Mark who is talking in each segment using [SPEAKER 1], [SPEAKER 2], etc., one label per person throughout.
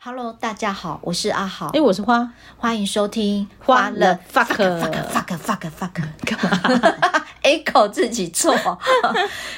[SPEAKER 1] Hello，大家好，我是阿豪
[SPEAKER 2] 哎、，我是花，
[SPEAKER 1] 欢迎收听《
[SPEAKER 2] 花了
[SPEAKER 1] fuck
[SPEAKER 2] fuck
[SPEAKER 1] fuck fuck fuck》，干嘛 ？echo 自己做。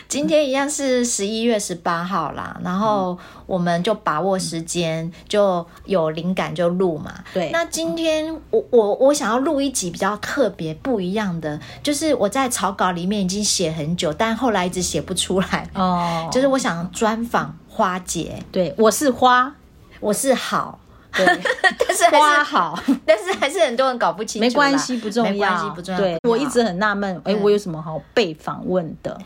[SPEAKER 1] 今天一样是十一月十八号啦，然后我们就把握时间，就有灵感就录嘛。
[SPEAKER 2] 对
[SPEAKER 1] 那今天我我我想要录一集比较特别不一样的，就是我在草稿里面已经写很久，但后来一直写不出来，
[SPEAKER 2] 哦，
[SPEAKER 1] 就是我想专访花姐，
[SPEAKER 2] 对，我是花，
[SPEAKER 1] 我是好。
[SPEAKER 2] 对，
[SPEAKER 1] 但是还是
[SPEAKER 2] 花好，
[SPEAKER 1] 但是还是很多人搞不清楚啦，
[SPEAKER 2] 没关系，不重要，
[SPEAKER 1] 没关系，不重要。
[SPEAKER 2] 对
[SPEAKER 1] 不重
[SPEAKER 2] 我
[SPEAKER 1] 要嗯
[SPEAKER 2] 一直很纳闷，哎、我有什么好被访问的？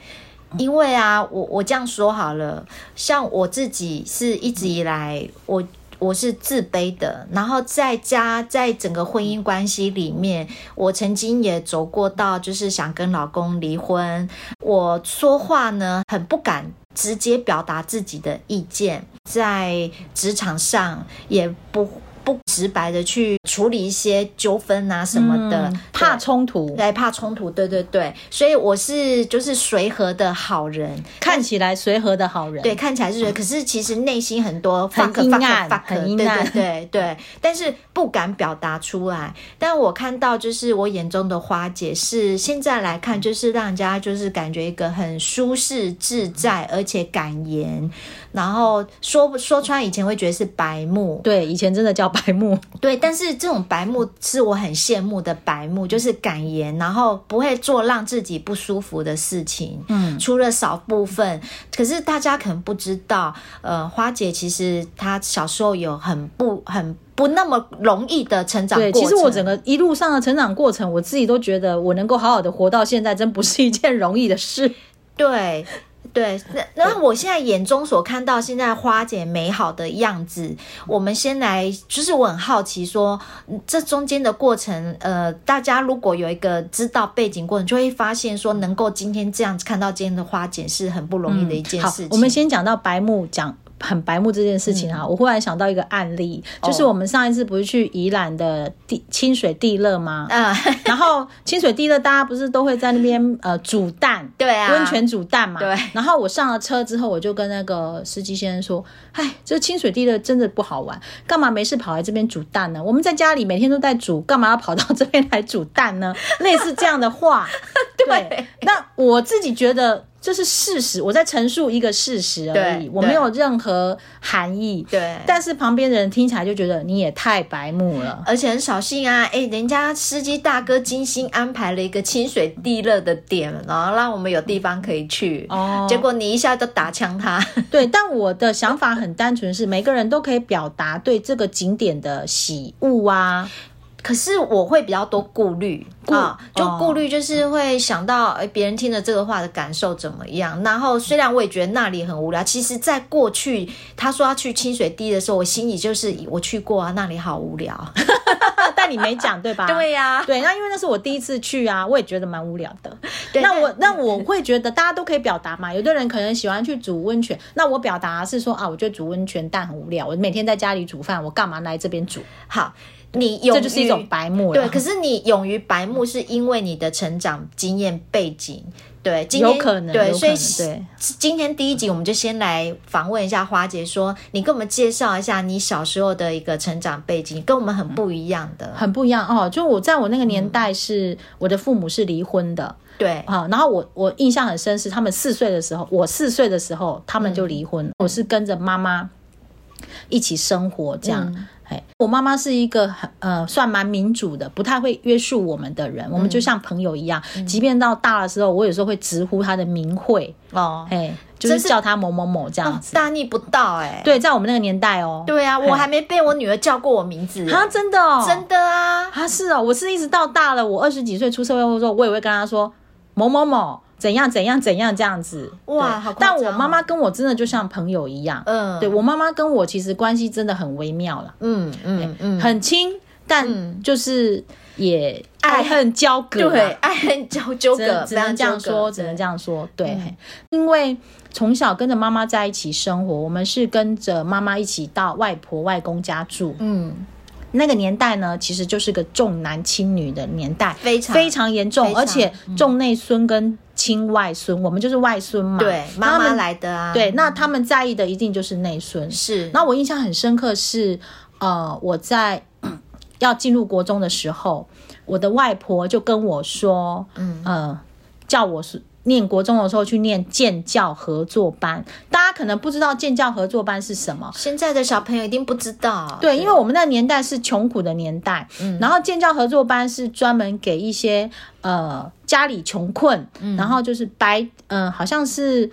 [SPEAKER 1] 因为啊，我我这样说好了，像我自己是一直以来我。我是自卑的，然后在家，在整个婚姻关系里面，我曾经也走过到就是想跟老公离婚。我说话呢，很不敢直接表达自己的意见，在职场上也不不直白的去处理一些纠纷啊什么的，
[SPEAKER 2] 嗯怕冲突，
[SPEAKER 1] 对，怕冲突，对对对，所以我是就是随和的好人，
[SPEAKER 2] 看起来随和的好人，
[SPEAKER 1] 对，，看起来是随和，可是其实内心很多 fuck
[SPEAKER 2] 很
[SPEAKER 1] fuck
[SPEAKER 2] 阴暗
[SPEAKER 1] fuck，
[SPEAKER 2] 很阴
[SPEAKER 1] 对对
[SPEAKER 2] 暗
[SPEAKER 1] 对对，但是不敢表达出来。但我看到就是我眼中的花姐是现在来
[SPEAKER 2] 嗯
[SPEAKER 1] 看，就是让人家就是感觉一个很舒适自在，而且敢言，然后说说穿以前会觉得是白目，
[SPEAKER 2] 对，以前真的叫 白目，
[SPEAKER 1] 对，但是这种白目是我很羡慕的白目，就是敢言，然后不会做让自己不舒服的事情。
[SPEAKER 2] 嗯，
[SPEAKER 1] 除了少部分，可是大家可能不知道，呃，花姐其实她小时候有很不很不那么容易的成长
[SPEAKER 2] 对，
[SPEAKER 1] 过
[SPEAKER 2] 其实我
[SPEAKER 1] 程
[SPEAKER 2] 整个一路上的成长过程，我自己都觉得我能够好好的活到现在，真不是一件容易的事。
[SPEAKER 1] 对对，那那我现在眼中所看到现在花姐美好的样子，我们先来，就是我很好奇说，嗯这中间的过程，呃，大家如果有一个知道背景过程，就会发现说，能够今天这样子看到今天的花姐是很不容易的一件
[SPEAKER 2] 嗯好
[SPEAKER 1] 事情。，
[SPEAKER 2] 我们先讲到白目讲。很白目这件事情啊，
[SPEAKER 1] 嗯
[SPEAKER 2] 我忽然想到一个案例，
[SPEAKER 1] 哦
[SPEAKER 2] 就是我们上一次不是去宜兰的地清水地热 吗？
[SPEAKER 1] 啊、
[SPEAKER 2] 然后清水地热大家不是都会在那边呃煮蛋，
[SPEAKER 1] 对啊
[SPEAKER 2] 温泉煮蛋嘛。
[SPEAKER 1] 对
[SPEAKER 2] 然后我上了车之后，我就跟那个司机先生说：“哎，这清水地热真的不好玩，干嘛没事跑来这边煮蛋呢？我们在家里每天都在煮，干嘛要跑到这边来煮蛋呢？”类似这样的话， 对。那我自己觉得。这是事实，我在陈述一个事实而已
[SPEAKER 1] 对，
[SPEAKER 2] 我没有任何含义。
[SPEAKER 1] 对
[SPEAKER 2] 但是旁边的人听起来就觉得你也太白目 了。
[SPEAKER 1] 而且很扫兴啊！哎，人家司机大哥精心安排了一个清水地热的点，然后让我们有地方可以去。
[SPEAKER 2] 哦
[SPEAKER 1] 结果你一下就打枪他。
[SPEAKER 2] 对，但我的想法很单纯，是每个人都可以表达对这个景点的喜 恶啊。
[SPEAKER 1] 可是我会比较多顾虑
[SPEAKER 2] 顾
[SPEAKER 1] 啊，就
[SPEAKER 2] 哦
[SPEAKER 1] 顾虑就是会想到，哎、别人听了这个话的感受怎么样？然后虽然我也觉得那里很无聊，其实在过去他说要去清水堤的时候，我心里就是我去过啊，那里好无聊。
[SPEAKER 2] 啊但你没讲对 吧？
[SPEAKER 1] 对啊呀、
[SPEAKER 2] 对，那因为那是我第一次去啊，我也觉得蛮无聊的。
[SPEAKER 1] 对
[SPEAKER 2] 那我那我会觉得大家都可以表达嘛，有的人可能喜欢去煮温泉，那我表达是说啊，我觉得煮温泉蛋很无聊，我每天在家里煮饭，我干嘛来这边煮？
[SPEAKER 1] 好，你勇于
[SPEAKER 2] 这就是一种白目了。
[SPEAKER 1] 对，可是你勇于白目，是因为你的成长经验背景。对，今天
[SPEAKER 2] 有可能，
[SPEAKER 1] 对，
[SPEAKER 2] 有可
[SPEAKER 1] 所以
[SPEAKER 2] 能对。
[SPEAKER 1] 今天第一集，我们就先来访问一下花姐说，你跟我们介绍一下你小时候的一个成长背景，跟我们很不一样的。
[SPEAKER 2] 很不一样哦，就我在我那个
[SPEAKER 1] 嗯
[SPEAKER 2] 年代是、我的父母是离婚的，
[SPEAKER 1] 对，
[SPEAKER 2] 啊，然后我我印象很深是他们四岁的时候，我四岁的时候他们就离婚，
[SPEAKER 1] 嗯
[SPEAKER 2] 我是跟着妈妈一起生活这样。
[SPEAKER 1] 嗯
[SPEAKER 2] 哎，我妈妈是一个很呃算蛮民主的，不太会约束我们的人，
[SPEAKER 1] 嗯
[SPEAKER 2] 我们就像朋友一样，即便到大的时候，我有时候会直呼她的名讳，
[SPEAKER 1] 哦，
[SPEAKER 2] 哎，就是
[SPEAKER 1] 这是
[SPEAKER 2] 叫她某某某这样
[SPEAKER 1] 哦
[SPEAKER 2] 子。
[SPEAKER 1] 大逆不道哎、
[SPEAKER 2] 对，在我们那个年代哦，
[SPEAKER 1] 对啊，我还没被我女儿叫过我名字，
[SPEAKER 2] 啊，真的哦，
[SPEAKER 1] 真的啊，
[SPEAKER 2] 啊，是哦，我是一直到大了，我二十几岁出社会后，我也会跟他说某某某怎样怎样怎样这样子。
[SPEAKER 1] 哇
[SPEAKER 2] 对
[SPEAKER 1] 好夸张
[SPEAKER 2] 但
[SPEAKER 1] 哦
[SPEAKER 2] 我妈妈跟我真的就像朋友一样，
[SPEAKER 1] 嗯，
[SPEAKER 2] 对，我妈妈跟我其实关系真的很微妙啦，
[SPEAKER 1] 嗯嗯嗯，
[SPEAKER 2] 很亲，但就是也爱恨交隔啦。
[SPEAKER 1] 对，爱恨交纠
[SPEAKER 2] 只能
[SPEAKER 1] 葛，
[SPEAKER 2] 啊
[SPEAKER 1] 嗯
[SPEAKER 2] 只能这样说，只能这样说，对，因为从小跟着妈妈在一起生活，我们是跟着妈妈一起到外婆外公家住，
[SPEAKER 1] 嗯，
[SPEAKER 2] 那个年代呢，其实就是个重男轻女的年代，
[SPEAKER 1] 非常
[SPEAKER 2] 非常严
[SPEAKER 1] 非
[SPEAKER 2] 重，
[SPEAKER 1] 常嗯
[SPEAKER 2] 而且重内孙跟亲外孙，我们就是外孙嘛，
[SPEAKER 1] 对
[SPEAKER 2] 那他
[SPEAKER 1] 妈妈
[SPEAKER 2] 们
[SPEAKER 1] 来的啊，
[SPEAKER 2] 对，那他们在意的一定就是内孙。
[SPEAKER 1] 是
[SPEAKER 2] 那我印象很深刻是，呃，我在要进入国中的时候，我的外婆就跟我说，嗯呃，叫我是。念国中的时候去念建教合作班，大家可能不知道建教合作班是什么，
[SPEAKER 1] 现在的小朋友一定不知道，
[SPEAKER 2] 对，因为我们那个年代是穷苦的年代，
[SPEAKER 1] 嗯
[SPEAKER 2] 然后建教合作班是专门给一些呃家里穷困，然后就是白嗯、好像是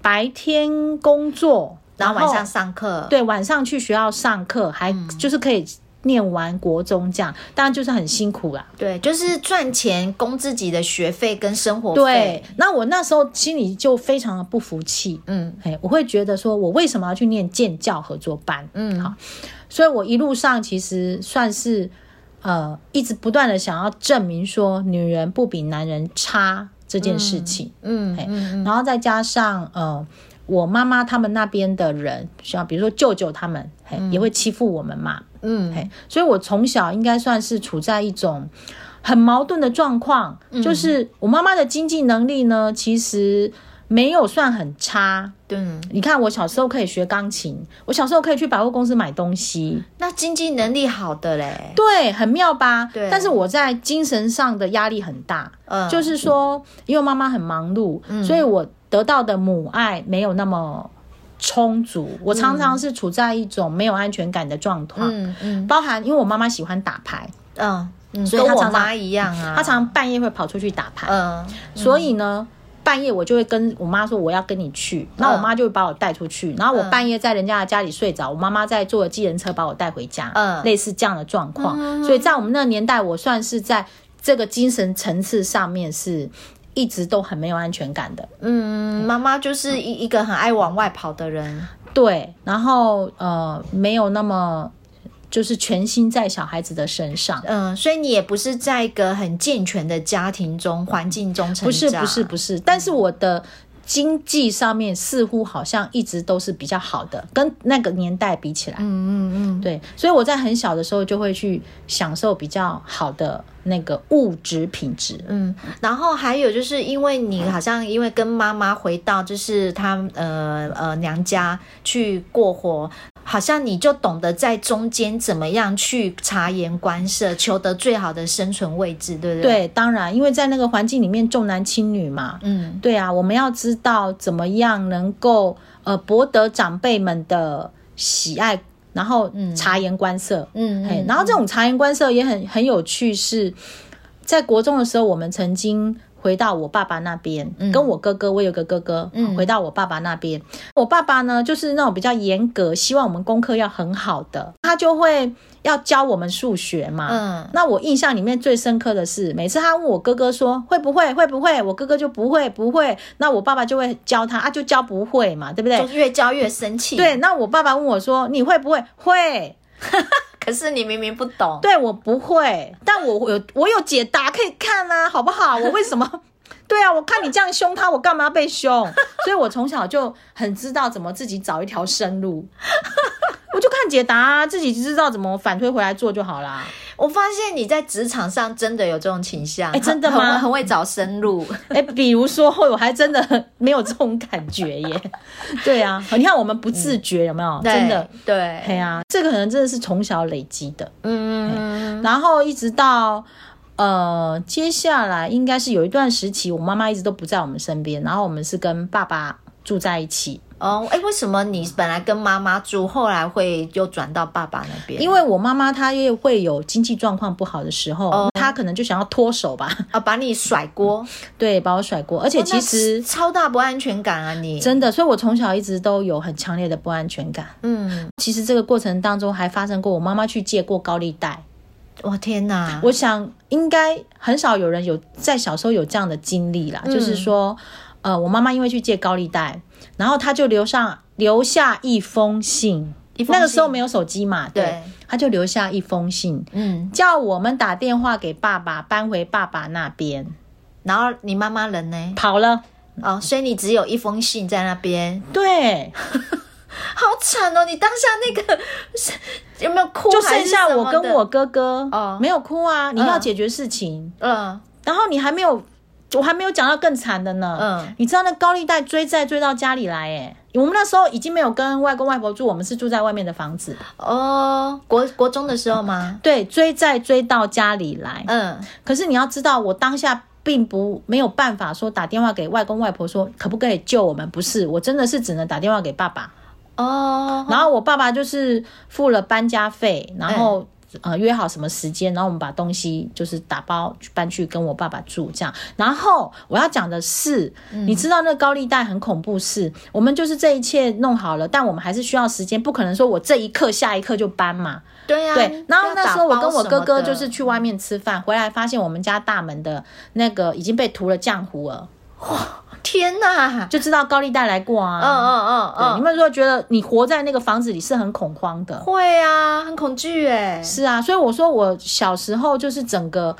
[SPEAKER 2] 白天工作，
[SPEAKER 1] 然
[SPEAKER 2] 然
[SPEAKER 1] 后晚上上课，嗯
[SPEAKER 2] 对晚上去学校上课，还就是可以念完国中这样，当然就是很辛苦啦。
[SPEAKER 1] 对，就是赚钱供自己的学费跟生活
[SPEAKER 2] 对
[SPEAKER 1] 费，，
[SPEAKER 2] 那我那时候心里就非常的不服气，
[SPEAKER 1] 嗯
[SPEAKER 2] 哎，我会觉得说我为什么要去念建教合作班？嗯，好，所以我一路上其实算是呃，一直不断的想要证明说女人不比男人差这件事情，
[SPEAKER 1] 嗯
[SPEAKER 2] 嘿
[SPEAKER 1] 嗯
[SPEAKER 2] 然后再加上呃。我妈妈他们那边的人，像比如说舅舅他们，嘿，也会欺负我们嘛，
[SPEAKER 1] 嗯，
[SPEAKER 2] 嘿，所以我从小应该算是处在一种很矛盾的状况，
[SPEAKER 1] 嗯
[SPEAKER 2] 就是我妈妈的经济能力呢，其实没有算很差。
[SPEAKER 1] 对。
[SPEAKER 2] 你看，我小时候可以学钢琴，我小时候可以去百货公司买东西，
[SPEAKER 1] 那经济能力好的嘞，
[SPEAKER 2] 对，很妙吧？
[SPEAKER 1] 对
[SPEAKER 2] 但是我在精神上的压力很大，
[SPEAKER 1] 嗯，
[SPEAKER 2] 就是啊说，因为妈妈很忙碌，所以我得到的母爱没有那么充足，我常常是处在一种没有安全感的状况。
[SPEAKER 1] 嗯嗯
[SPEAKER 2] 包含因为我妈妈喜欢打牌，
[SPEAKER 1] 嗯嗯，
[SPEAKER 2] 所以
[SPEAKER 1] 跟
[SPEAKER 2] 他
[SPEAKER 1] 我
[SPEAKER 2] 常常
[SPEAKER 1] 妈一样啊，
[SPEAKER 2] 她常常半夜会跑出去打牌，
[SPEAKER 1] 嗯
[SPEAKER 2] 所以呢，半夜我就会跟我妈说我要跟你去，那
[SPEAKER 1] 嗯
[SPEAKER 2] 我妈就会把我带出去，然后我半夜在人家的家里睡着，我妈妈在坐计程车把我带回家，
[SPEAKER 1] 嗯
[SPEAKER 2] 类似这样的状况。所以在我们那个年代，我算是在这个精神层次上面是一直都很没有安全感的。
[SPEAKER 1] 嗯，妈妈就是一一个很爱往外跑的人，
[SPEAKER 2] 对，然后呃，没有那么就是全心在小孩子的身上。
[SPEAKER 1] 嗯，所以你也不是在一个很健全的家庭中环境中成
[SPEAKER 2] 不是
[SPEAKER 1] 长，
[SPEAKER 2] 不是不是，但是我的经济上面似乎好像一直都是比较好的，跟那个年代比起来，
[SPEAKER 1] 嗯嗯嗯，
[SPEAKER 2] 对，所以我在很小的时候就会去享受比较好的那个物质品质。
[SPEAKER 1] 嗯，然后还有就是因为你好像因为跟妈妈回到就是她呃呃娘家去过活，好像你就懂得在中间怎么样去察言观色，求得最好的生存位置，对不对？对，
[SPEAKER 2] 对，当然，因为在那个环境里面重男轻女嘛，
[SPEAKER 1] 嗯
[SPEAKER 2] 对啊，我们要知道怎么样能够呃博得长辈们的喜爱，然后察言观色，
[SPEAKER 1] 嗯
[SPEAKER 2] 嘿
[SPEAKER 1] 嗯，
[SPEAKER 2] 然后这种察言观色也很很有趣是，在国中的时候，我们曾经回到我爸爸那边，
[SPEAKER 1] 嗯
[SPEAKER 2] 跟我哥哥，我有个哥哥，回到我爸爸那边。我爸爸呢，就是那种比较严格，希望我们功课要很好的，他就会要教我们数学嘛。
[SPEAKER 1] 嗯
[SPEAKER 2] 那我印象里面最深刻的是，每次他问我哥哥说会不会会不会，我哥哥就不会不会，那我爸爸就会教他啊，就教不会嘛，对不对
[SPEAKER 1] 嗯就？越教越生气，
[SPEAKER 2] 对，，那我爸爸问我说你会不会会，
[SPEAKER 1] 可是你明明不懂，
[SPEAKER 2] 对我不会，但我有我有解答可以看啊，好不好？我为什么？ 对啊，我看你这样凶他，我干嘛要被凶？所以我从小就很知道怎么自己找一条生路，我就看解答、啊，自己知道怎么反推回来做就好啦。
[SPEAKER 1] 我发现你在职场上真的有这种倾向，
[SPEAKER 2] 哎真的吗
[SPEAKER 1] 很很很会找生路，
[SPEAKER 2] 哎、比如说，我还真的没有这种感觉耶。对啊，你看我们不自觉有没有？真的，
[SPEAKER 1] 嗯对，
[SPEAKER 2] 哎呀、啊，这个可能真的是从小累积的。
[SPEAKER 1] 嗯，
[SPEAKER 2] 然后一直到呃，接下来应该是有一段时期，我妈妈一直都不在我们身边，然后我们是跟爸爸住在一起，
[SPEAKER 1] 哦，哎，为什么你本来跟妈妈住，后来会又转到爸爸那边？
[SPEAKER 2] 因
[SPEAKER 1] 为
[SPEAKER 2] 为我妈妈她也会有经济状况不好的时候，
[SPEAKER 1] 哦
[SPEAKER 2] 她可能就想要脱手吧，
[SPEAKER 1] 啊，把你甩锅，
[SPEAKER 2] 对，把我甩锅，而且
[SPEAKER 1] 哦
[SPEAKER 2] 其实
[SPEAKER 1] 那。超大不安全感啊，你
[SPEAKER 2] 真的，所以我从小一直都有很强烈的不安全感。
[SPEAKER 1] 嗯，
[SPEAKER 2] 其实这个过程当中还发生过，我妈妈去借过高利贷。
[SPEAKER 1] 我天哪，
[SPEAKER 2] 我想应该很少有人有在小时候有这样的经历
[SPEAKER 1] 嗯
[SPEAKER 2] 啦，就是说，呃，我妈妈因为去借高利贷，然后她就留上留下一封信，
[SPEAKER 1] 一封
[SPEAKER 2] 那个
[SPEAKER 1] 信
[SPEAKER 2] 时候没有手机嘛，对，
[SPEAKER 1] 对
[SPEAKER 2] 她就留下一封信，
[SPEAKER 1] 嗯，
[SPEAKER 2] 叫我们打电话给爸爸搬回爸爸那边，
[SPEAKER 1] 然后你妈妈人呢？
[SPEAKER 2] 跑了，
[SPEAKER 1] 哦，所以你只有一封信在那边，
[SPEAKER 2] 对。
[SPEAKER 1] 好惨哦！你当下那个 是有没有哭？
[SPEAKER 2] 就剩下我跟我，哥哥，
[SPEAKER 1] 哦
[SPEAKER 2] 没有哭啊，你要
[SPEAKER 1] 嗯
[SPEAKER 2] 解决事情，
[SPEAKER 1] 嗯
[SPEAKER 2] 然后你还没有，我还没有讲到更惨的呢。
[SPEAKER 1] 嗯
[SPEAKER 2] 你知道那高利贷追债追到家里来、哎，我们那时候已经没有跟外公外婆住，我们是住在外面的房子。
[SPEAKER 1] 哦，国国中的时候吗？
[SPEAKER 2] 对，追债追到家里来。
[SPEAKER 1] 嗯
[SPEAKER 2] 可是你要知道，我当下并不没有办法说打电话给外公外婆说可不可以救我们，不是，我真的是只能打电话给爸爸。
[SPEAKER 1] 哦，
[SPEAKER 2] 然后我爸爸就是付了搬家费，然
[SPEAKER 1] 嗯
[SPEAKER 2] 后、呃约好什么时间，然后我们把东西就是打包搬去跟我爸爸住这样。然后我要讲的是，
[SPEAKER 1] 嗯
[SPEAKER 2] 你知道那高利贷很恐怖是，我们就是这一切弄好了，但我们还是需要时间，不可能说我这一刻下一刻就搬嘛。
[SPEAKER 1] 对呀、
[SPEAKER 2] 对，然后那时候我跟我哥哥就
[SPEAKER 1] 要打包什
[SPEAKER 2] 是
[SPEAKER 1] 么的
[SPEAKER 2] 去外面吃饭，回来发现我们家大门的那个已经被涂了浆糊了，
[SPEAKER 1] 天哪，
[SPEAKER 2] 就知道高利贷来过啊。
[SPEAKER 1] 嗯嗯
[SPEAKER 2] 对，你
[SPEAKER 1] 嗯嗯，
[SPEAKER 2] 们如果觉得你活在那个房子里是很恐慌的，
[SPEAKER 1] 会啊，很恐惧哎，
[SPEAKER 2] 是啊，所以我说我小时候就是整个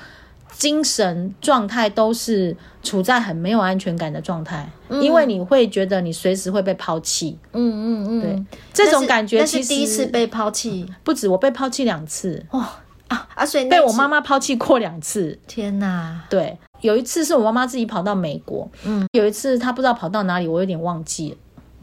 [SPEAKER 2] 精神状态都是处在很没有安全感的状态，
[SPEAKER 1] 嗯
[SPEAKER 2] 因为你会觉得你随时会被抛弃。
[SPEAKER 1] 嗯嗯嗯，
[SPEAKER 2] 这
[SPEAKER 1] 那
[SPEAKER 2] 种
[SPEAKER 1] 是
[SPEAKER 2] 感觉
[SPEAKER 1] 那
[SPEAKER 2] 其
[SPEAKER 1] 是
[SPEAKER 2] 实
[SPEAKER 1] 第一次被抛弃
[SPEAKER 2] 不止我被抛弃两次，
[SPEAKER 1] 哦啊啊，所以那
[SPEAKER 2] 被
[SPEAKER 1] 一
[SPEAKER 2] 我
[SPEAKER 1] 次
[SPEAKER 2] 妈，妈抛弃过两次。
[SPEAKER 1] 天哪，
[SPEAKER 2] 对，有一次是我妈妈自己跑到美国，
[SPEAKER 1] 嗯，
[SPEAKER 2] 有一次她不知道跑到哪里，我有点忘记了。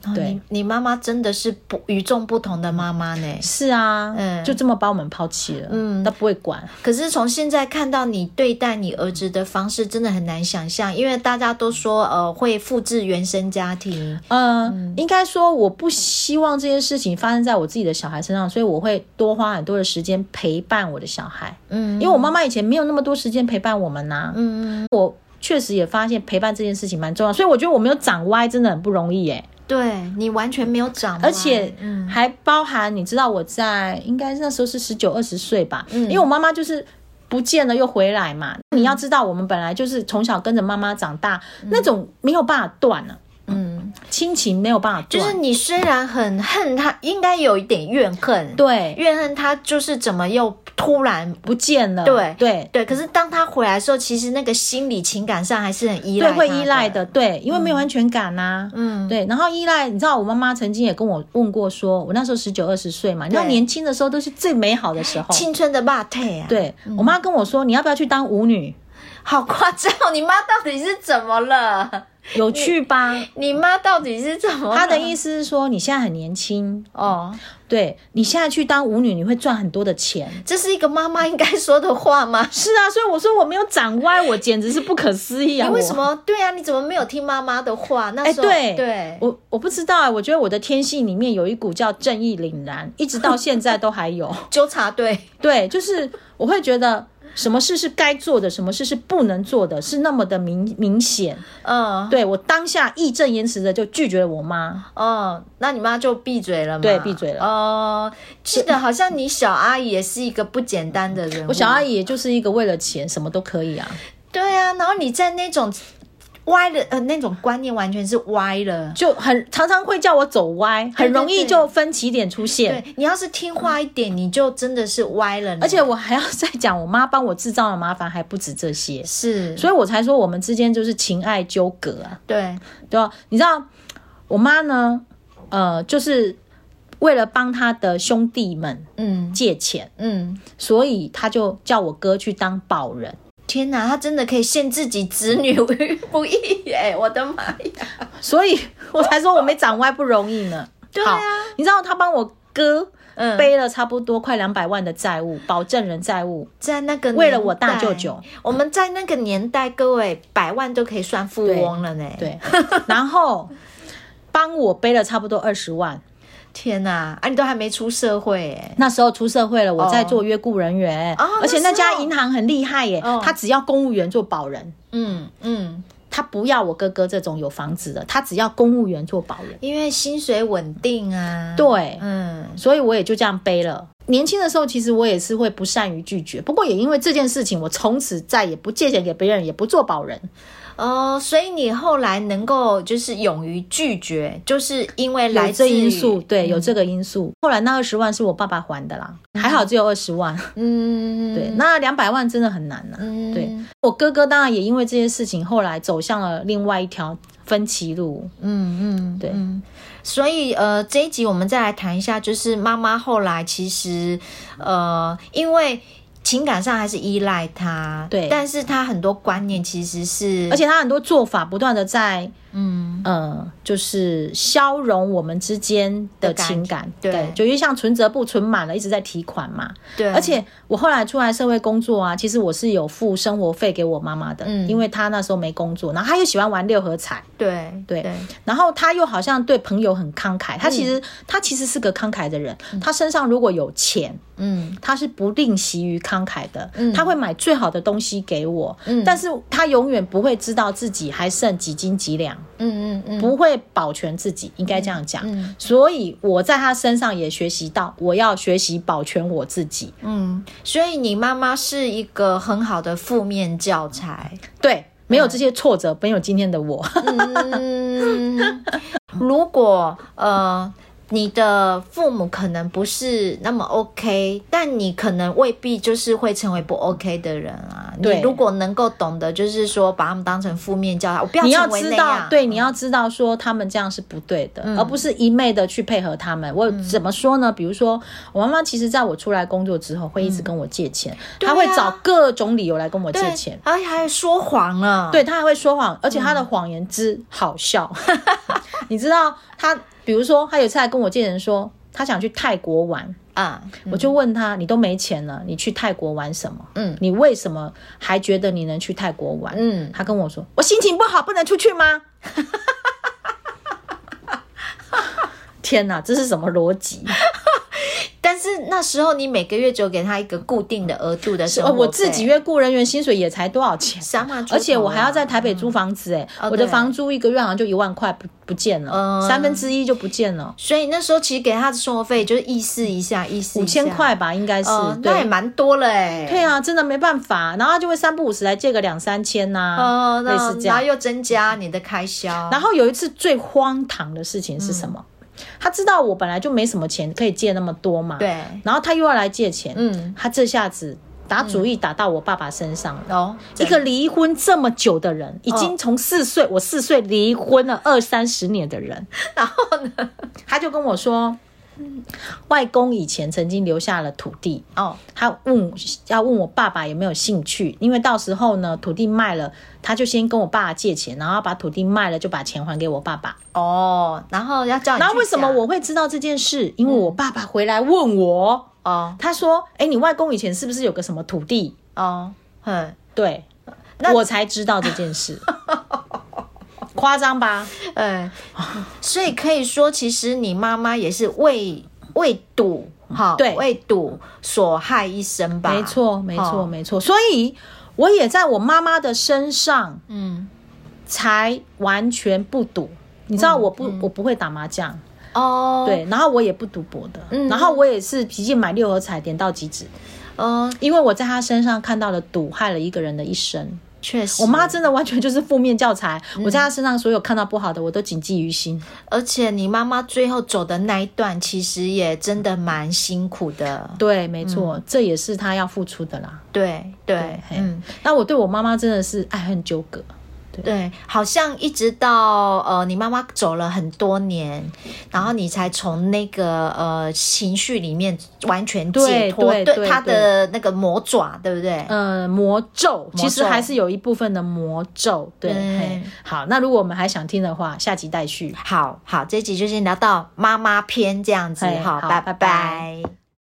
[SPEAKER 1] 哦
[SPEAKER 2] 对
[SPEAKER 1] 你你妈妈真的是不与众不同的妈妈呢。
[SPEAKER 2] 是啊，
[SPEAKER 1] 嗯
[SPEAKER 2] 就这么把我们抛弃了，
[SPEAKER 1] 嗯
[SPEAKER 2] 她不会管。
[SPEAKER 1] 可是从现在看到你对待你儿子的方式，真的很难想象，因为大家都说呃会复制原生家庭，
[SPEAKER 2] 呃，
[SPEAKER 1] 嗯
[SPEAKER 2] 应该说我不希望这件事情发生在我自己的小孩身上，所以我会多花很多的时间陪伴我的小孩。
[SPEAKER 1] 嗯
[SPEAKER 2] 因为我妈妈以前没有那么多时间陪伴我们呐、
[SPEAKER 1] 嗯，
[SPEAKER 2] 我确实也发现陪伴这件事情蛮重要，所以我觉得我没有长歪真的很不容易耶、
[SPEAKER 1] 对你完全没有长歪，
[SPEAKER 2] 而且
[SPEAKER 1] 嗯
[SPEAKER 2] 还包含你知道我在应该那时候是十九二十岁吧，
[SPEAKER 1] 嗯
[SPEAKER 2] 因为我妈妈就是。不见了又回来嘛？你要知道，我们本来就是从小跟着妈妈长大，那种没有办法断了、
[SPEAKER 1] 嗯，
[SPEAKER 2] 亲情没有办法断，
[SPEAKER 1] 就是你虽然很恨他，应该有一点怨恨，，
[SPEAKER 2] 对，
[SPEAKER 1] 怨恨他就是怎么又突然
[SPEAKER 2] 不见了，
[SPEAKER 1] 对
[SPEAKER 2] 对
[SPEAKER 1] 对，可是当他回来的时候，其实那个心理情感上还是很依赖，
[SPEAKER 2] 对，会依赖的，，对，因为没有安全感呐、
[SPEAKER 1] 嗯，
[SPEAKER 2] 对，然后依赖，你知道我妈妈曾经也跟我问过说，我那时候十九二十岁嘛，你知道
[SPEAKER 1] 对
[SPEAKER 2] 年轻的时候都是最美好的时候。
[SPEAKER 1] 青春的霸退啊，，
[SPEAKER 2] 对我妈跟我说，你要不要去当舞女？
[SPEAKER 1] 好夸张哦，你妈到底是怎么了？
[SPEAKER 2] 有趣吧？
[SPEAKER 1] 你妈到底是怎么了？
[SPEAKER 2] 她的意思是说，你现在很年轻，
[SPEAKER 1] 哦，
[SPEAKER 2] 对你现在去当舞女，你会赚很多的钱。
[SPEAKER 1] 这是一个妈妈应该说的话 吗？
[SPEAKER 2] 是啊，所以我说我没有长歪，我简直是不可思议啊！
[SPEAKER 1] 你为什
[SPEAKER 2] 我？
[SPEAKER 1] 么？对啊，你怎么没有听妈妈的话？那时候、
[SPEAKER 2] 哎对
[SPEAKER 1] 对，
[SPEAKER 2] 我我不知道啊，我觉得我的天性里面有一股叫正义凛然， 一直到现在都还有。
[SPEAKER 1] 纠察队，
[SPEAKER 2] 对，就是我会觉得什么事是该做的，什么事是不能做的，是那么的明明显。
[SPEAKER 1] 嗯
[SPEAKER 2] 对我当下义正言辞的就拒绝了我妈。
[SPEAKER 1] 嗯，那你妈就闭嘴了嘛？
[SPEAKER 2] 对闭嘴了
[SPEAKER 1] 哦、记得好像你小阿姨也是一个不简单的人物。
[SPEAKER 2] 我小阿
[SPEAKER 1] 姨
[SPEAKER 2] 姨也就是一个为了钱什么都可以啊。
[SPEAKER 1] 对啊，然后你在那种歪的呃那种观念完全是歪了。
[SPEAKER 2] 就很常常会叫我走歪，很容易就分歧点出现。
[SPEAKER 1] 对你要是听话一点，你就真的是歪了呢。
[SPEAKER 2] 而且我还要再讲，我妈帮我制造的麻烦还不止这些，
[SPEAKER 1] 是，
[SPEAKER 2] 所以我才说我们之间就是情爱纠葛啊。
[SPEAKER 1] 对，
[SPEAKER 2] 对吧？你知道我妈呢，呃，就是为了帮她的兄弟们
[SPEAKER 1] 嗯
[SPEAKER 2] 借钱，
[SPEAKER 1] 嗯，
[SPEAKER 2] 所以她就叫我哥去当保人。
[SPEAKER 1] 天哪，他真的可以陷自己子女于不义耶！ 我的妈呀，
[SPEAKER 2] 所 以我才说我没长歪不容易呢。
[SPEAKER 1] 对啊
[SPEAKER 2] 好，你知道她帮我哥
[SPEAKER 1] 嗯
[SPEAKER 2] 背了差不多快两百万的债务，保证人债务。
[SPEAKER 1] 在那个年代
[SPEAKER 2] 为了我大舅舅，
[SPEAKER 1] 我们在那个年代，各位百万都可以算富翁了呢。，
[SPEAKER 2] 对，然后帮我背了差不多二十万。
[SPEAKER 1] 天哪，啊，你都还没出社会耶，
[SPEAKER 2] 那时候出社会了，我在
[SPEAKER 1] 哦
[SPEAKER 2] 做约雇人员，
[SPEAKER 1] 哦
[SPEAKER 2] 而且那
[SPEAKER 1] 那时候
[SPEAKER 2] 家银行很厉害耶，
[SPEAKER 1] 哦
[SPEAKER 2] 他只要公务员做保人。
[SPEAKER 1] 嗯嗯，
[SPEAKER 2] 他不要我哥哥这种有房子的，他只要公务员做保人。
[SPEAKER 1] 因为薪水稳定啊。
[SPEAKER 2] 对
[SPEAKER 1] 嗯，
[SPEAKER 2] 所以我也就这样背了。年轻的时候，其实我也是会不善于拒绝，不过也因为这件事情，我从此再也不借钱给别人，也不做保人。
[SPEAKER 1] 哦，所以你后来能够就是勇于拒绝，就是因为来
[SPEAKER 2] 有
[SPEAKER 1] 自嗯
[SPEAKER 2] 这
[SPEAKER 1] 于
[SPEAKER 2] 因素，，对，有这个因素。后来那二十万是我爸爸还的啦，还好只有二十万。
[SPEAKER 1] 嗯，
[SPEAKER 2] 对，那两百万真的很难呐、
[SPEAKER 1] 嗯
[SPEAKER 2] 对我哥哥当然也因为这些事情，后来走向了另外一条分歧路。
[SPEAKER 1] 嗯嗯，
[SPEAKER 2] 对
[SPEAKER 1] 嗯所以呃，这一集我们再来谈一下，就是妈妈后来其实呃，因为情感上还是依赖他，
[SPEAKER 2] 对
[SPEAKER 1] 但是他很多观念其实是，
[SPEAKER 2] 而且他很多做法不断的在
[SPEAKER 1] 嗯，
[SPEAKER 2] 呃，就是消融我们之间的情感，
[SPEAKER 1] 的感对
[SPEAKER 2] 就因为像存折不存满了，一直在提款嘛。
[SPEAKER 1] 对，
[SPEAKER 2] 而且我后来出来社会工作啊，其实我是有付生活费给我妈妈的，
[SPEAKER 1] 嗯
[SPEAKER 2] 因为她那时候没工作，然后她又喜欢玩六合彩，
[SPEAKER 1] 对
[SPEAKER 2] 对然后她又好像对朋友很慷慨，
[SPEAKER 1] 嗯
[SPEAKER 2] 她其实、她其实是个慷慨的人，她身上如果有钱，
[SPEAKER 1] 嗯
[SPEAKER 2] 他是不吝惜于慷慨的，
[SPEAKER 1] 嗯
[SPEAKER 2] 他会买最好的东西给我，
[SPEAKER 1] 嗯
[SPEAKER 2] 但是他永远不会知道自己还剩几斤几两，
[SPEAKER 1] 嗯嗯嗯，
[SPEAKER 2] 不会保全自己，应该这样讲。
[SPEAKER 1] 嗯
[SPEAKER 2] 所以我在他身上也学习到，我要学习保全我自己。
[SPEAKER 1] 嗯，所以你妈妈是一个很好的负面教材。
[SPEAKER 2] 对，没有这些挫折，没有今天的我。
[SPEAKER 1] 嗯， 如果呃。你的父母可能不是那么 OK，但你可能未必就是会成为不 OK 的人啊。
[SPEAKER 2] 对
[SPEAKER 1] 你如果能够懂得，就是说把他们当成负面教材，我不要
[SPEAKER 2] 你要
[SPEAKER 1] 成为
[SPEAKER 2] 知
[SPEAKER 1] 那
[SPEAKER 2] 道
[SPEAKER 1] 样。，嗯
[SPEAKER 2] 对，你要知道说他们这样是不对的，而不是一昧的去配合他们。我怎么说呢？比如说，我妈妈其实在我出来工作之后，会一直跟我借钱，
[SPEAKER 1] 嗯对
[SPEAKER 2] 她会
[SPEAKER 1] 啊
[SPEAKER 2] 找各种理由来跟我借钱。
[SPEAKER 1] 而且哎还说谎啊了。
[SPEAKER 2] 对他还会说谎，而且他的谎言之好笑。 你知道他，比如说他有一次还跟我借钱说，他想去泰国玩，
[SPEAKER 1] 啊，
[SPEAKER 2] 我就问他，你都没钱了，你去泰国玩什么？
[SPEAKER 1] 嗯
[SPEAKER 2] 你为什么还觉得你能去泰国玩？
[SPEAKER 1] 嗯
[SPEAKER 2] 他跟我说，我心情不好，不能出去 吗？天哪，这是什么逻 辑？
[SPEAKER 1] 但是那时候你每个月只有给他一个固定的额度的生
[SPEAKER 2] 呃，
[SPEAKER 1] 活
[SPEAKER 2] 我自己
[SPEAKER 1] 费
[SPEAKER 2] 月雇人员薪水也才多少钱？
[SPEAKER 1] 三万出头啊，
[SPEAKER 2] 而且我还要在台北租房子、欸，哎、
[SPEAKER 1] 哦
[SPEAKER 2] 我的
[SPEAKER 1] 对
[SPEAKER 2] 房租一个月好像就一万块不不见了，
[SPEAKER 1] 嗯
[SPEAKER 2] 三分之一就不见了，
[SPEAKER 1] 所以那时候其实给他的生活费就是意思一下，意思
[SPEAKER 2] 五
[SPEAKER 1] 一下
[SPEAKER 2] 千，块吧，应该是、
[SPEAKER 1] 哦，那也
[SPEAKER 2] 对。
[SPEAKER 1] 蛮多了哎、
[SPEAKER 2] 对啊，真的没办法，然后他就会三不五时来借个两三千呐、
[SPEAKER 1] 哦，
[SPEAKER 2] 类
[SPEAKER 1] 那
[SPEAKER 2] 似这
[SPEAKER 1] 然后
[SPEAKER 2] 样。
[SPEAKER 1] 又增加你的开销，
[SPEAKER 2] 然后有一次最荒唐的事情是
[SPEAKER 1] 嗯
[SPEAKER 2] 什么？他知道我本来就没什么钱可以借那么多嘛，。
[SPEAKER 1] 对，
[SPEAKER 2] 然后他又要来借钱，
[SPEAKER 1] 嗯，
[SPEAKER 2] 他这下子打主意打到我爸爸身上了。
[SPEAKER 1] 哦，
[SPEAKER 2] 一个离婚这么久的人，已经从四岁，我四岁离婚了二三十年的人，
[SPEAKER 1] 然后呢？
[SPEAKER 2] 他就跟我说，外公以前曾经留下了土地，
[SPEAKER 1] 哦，
[SPEAKER 2] 他问要问我爸爸有没有兴趣，因为到时候呢土地卖了，他就先跟我爸爸借钱，然后把土地卖了就把钱还给我爸爸。
[SPEAKER 1] 哦，然后要叫你去讲，嗯
[SPEAKER 2] 然后为什么我会知道这件事？因为我爸爸回来问我，
[SPEAKER 1] 哦
[SPEAKER 2] 他说：“哎，你外公以前是不是有个什么土地
[SPEAKER 1] 哦，哼，？”
[SPEAKER 2] 对，我才知道这 件事，夸张吧？
[SPEAKER 1] 呃，所以可以说，其实你妈妈也是为为赌哈，
[SPEAKER 2] 对
[SPEAKER 1] 为赌所害一生吧？
[SPEAKER 2] 没，错，没错，
[SPEAKER 1] 哦
[SPEAKER 2] 没错。所以我也在我妈妈的身上。
[SPEAKER 1] 嗯，
[SPEAKER 2] 才完全不赌。你知道我不、我不会打麻将，
[SPEAKER 1] 嗯哦，，
[SPEAKER 2] 对，然后我也不赌博的，
[SPEAKER 1] 嗯
[SPEAKER 2] 然后我也是脾气买六合彩点到即止，
[SPEAKER 1] 嗯、
[SPEAKER 2] 因为我在他身上看到了赌害了一个人的一生。
[SPEAKER 1] 确实，
[SPEAKER 2] 我妈真的完全就是负面教材，
[SPEAKER 1] 嗯
[SPEAKER 2] 我在她身上所有看到不好的我都谨记于心。
[SPEAKER 1] 而且你妈妈最后走的那一段，其实也真的蛮辛苦的。
[SPEAKER 2] 对，没错，这也是她要付出的啦。
[SPEAKER 1] 嗯对对，
[SPEAKER 2] 嘿
[SPEAKER 1] 嗯，
[SPEAKER 2] 那我对我妈妈真的是爱恨纠葛。
[SPEAKER 1] 对，好像一直到呃你妈妈走了很多年，然后你才从那个呃情绪里面完全解
[SPEAKER 2] 对
[SPEAKER 1] 脱，
[SPEAKER 2] 对对
[SPEAKER 1] 她
[SPEAKER 2] 对
[SPEAKER 1] 的那个魔爪，对不对？
[SPEAKER 2] 呃，魔咒其实
[SPEAKER 1] 魔咒
[SPEAKER 2] 还是有一部分的魔咒。对，
[SPEAKER 1] 嗯
[SPEAKER 2] 嘿好，那如果我们还想听的话，下集待续。
[SPEAKER 1] 好好，这一集就先聊到妈妈篇这样子，
[SPEAKER 2] 嘿
[SPEAKER 1] 好，
[SPEAKER 2] 好
[SPEAKER 1] 拜
[SPEAKER 2] 拜
[SPEAKER 1] 拜
[SPEAKER 2] 拜